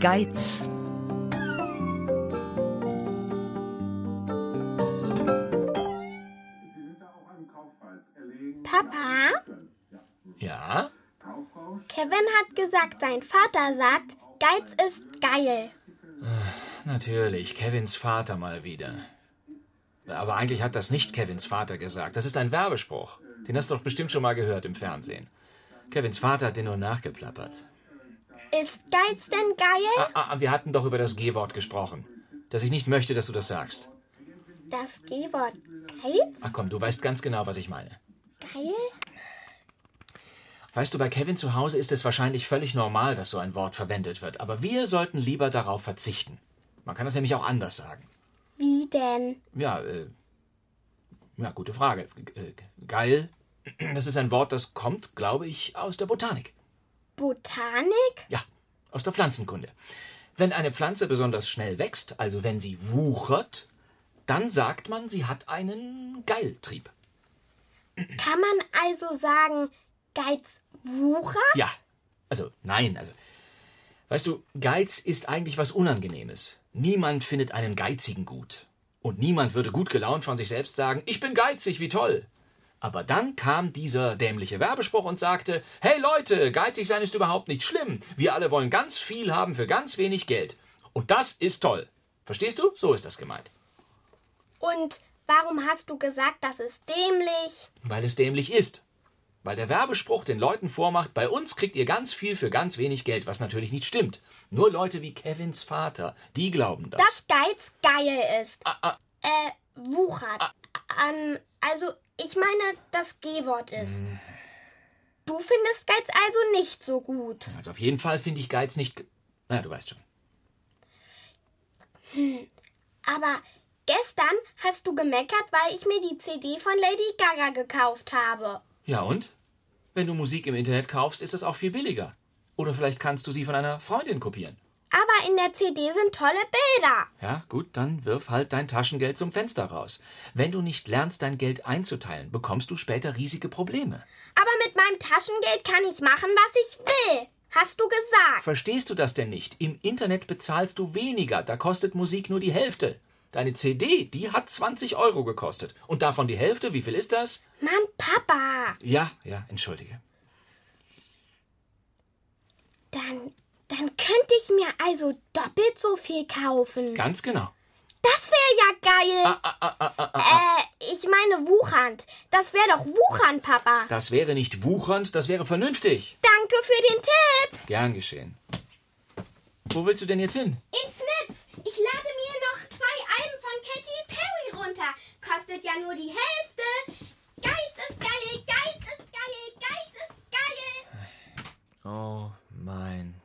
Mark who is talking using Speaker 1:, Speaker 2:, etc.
Speaker 1: Geiz.
Speaker 2: Papa,
Speaker 3: Ja?
Speaker 2: Kevin hat gesagt, sein Vater sagt, Geiz ist geil.
Speaker 3: Natürlich, Kevins Vater mal wieder. Aber eigentlich hat das nicht Kevins Vater gesagt. Das ist ein Werbespruch. Den hast du doch bestimmt schon mal gehört im Fernsehen. Kevins Vater hat den nur nachgeplappert.
Speaker 2: Ist Geiz denn geil?
Speaker 3: Ah, ah, wir hatten doch über das G-Wort gesprochen. Dass ich nicht möchte, dass du das sagst.
Speaker 2: Das G-Wort Geiz?
Speaker 3: Ach komm, du weißt ganz genau, was ich meine.
Speaker 2: Geil?
Speaker 3: Weißt du, bei Kevin zu Hause ist es wahrscheinlich völlig normal, dass so ein Wort verwendet wird. Aber wir sollten lieber darauf verzichten. Man kann das nämlich auch anders sagen.
Speaker 2: Wie denn?
Speaker 3: Ja, äh, ja, gute Frage. G- äh, Geil. Das ist ein Wort, das kommt, glaube ich, aus der Botanik.
Speaker 2: Botanik?
Speaker 3: Ja, aus der Pflanzenkunde. Wenn eine Pflanze besonders schnell wächst, also wenn sie wuchert, dann sagt man, sie hat einen Geiltrieb.
Speaker 2: Kann man also sagen, Geiz wuchert?
Speaker 3: Ja. Also, nein, also. Weißt du, Geiz ist eigentlich was Unangenehmes. Niemand findet einen Geizigen gut. Und niemand würde gut gelaunt von sich selbst sagen, ich bin geizig, wie toll. Aber dann kam dieser dämliche Werbespruch und sagte, hey Leute, geizig sein ist überhaupt nicht schlimm. Wir alle wollen ganz viel haben für ganz wenig Geld. Und das ist toll. Verstehst du? So ist das gemeint.
Speaker 2: Und warum hast du gesagt, das ist dämlich?
Speaker 3: Weil es dämlich ist. Weil der Werbespruch den Leuten vormacht, bei uns kriegt ihr ganz viel für ganz wenig Geld, was natürlich nicht stimmt. Nur Leute wie Kevins Vater, die glauben das.
Speaker 2: Dass Geiz geil ist. Äh, wuchert. Ähm, also, ich meine, das G-Wort ist. Du findest Geiz also nicht so gut.
Speaker 3: Also auf jeden Fall finde ich Geiz nicht. ge- Na, du weißt schon.
Speaker 2: Aber gestern hast du gemeckert, weil ich mir die CD von Lady Gaga gekauft habe.
Speaker 3: Ja und? Wenn du Musik im Internet kaufst, ist das auch viel billiger. Oder vielleicht kannst du sie von einer Freundin kopieren.
Speaker 2: Aber in der CD sind tolle Bilder.
Speaker 3: Ja, gut, dann wirf halt dein Taschengeld zum Fenster raus. Wenn du nicht lernst, dein Geld einzuteilen, bekommst du später riesige Probleme.
Speaker 2: Aber mit meinem Taschengeld kann ich machen, was ich will. Hast du gesagt.
Speaker 3: Verstehst du das denn nicht? Im Internet bezahlst du weniger, da kostet Musik nur die Hälfte. Deine CD, die hat 20 Euro gekostet. Und davon die Hälfte, wie viel ist das?
Speaker 2: Mann, Papa.
Speaker 3: Ja, ja, entschuldige.
Speaker 2: Dann, dann könnte ich mir also doppelt so viel kaufen.
Speaker 3: Ganz genau.
Speaker 2: Das wäre ja geil. Äh, ich meine wuchernd. Das wäre doch wuchern, Papa.
Speaker 3: Das wäre nicht wuchernd, das wäre vernünftig.
Speaker 2: Danke für den Tipp.
Speaker 3: Gern geschehen. Wo willst du denn jetzt hin?
Speaker 2: Ins Netz. Ich lade mir noch zwei Alben von Katy Perry runter. Kostet ja nur die Hälfte. Geiz ist geil, Geiz ist geil, Geiz ist geil.
Speaker 3: Oh mein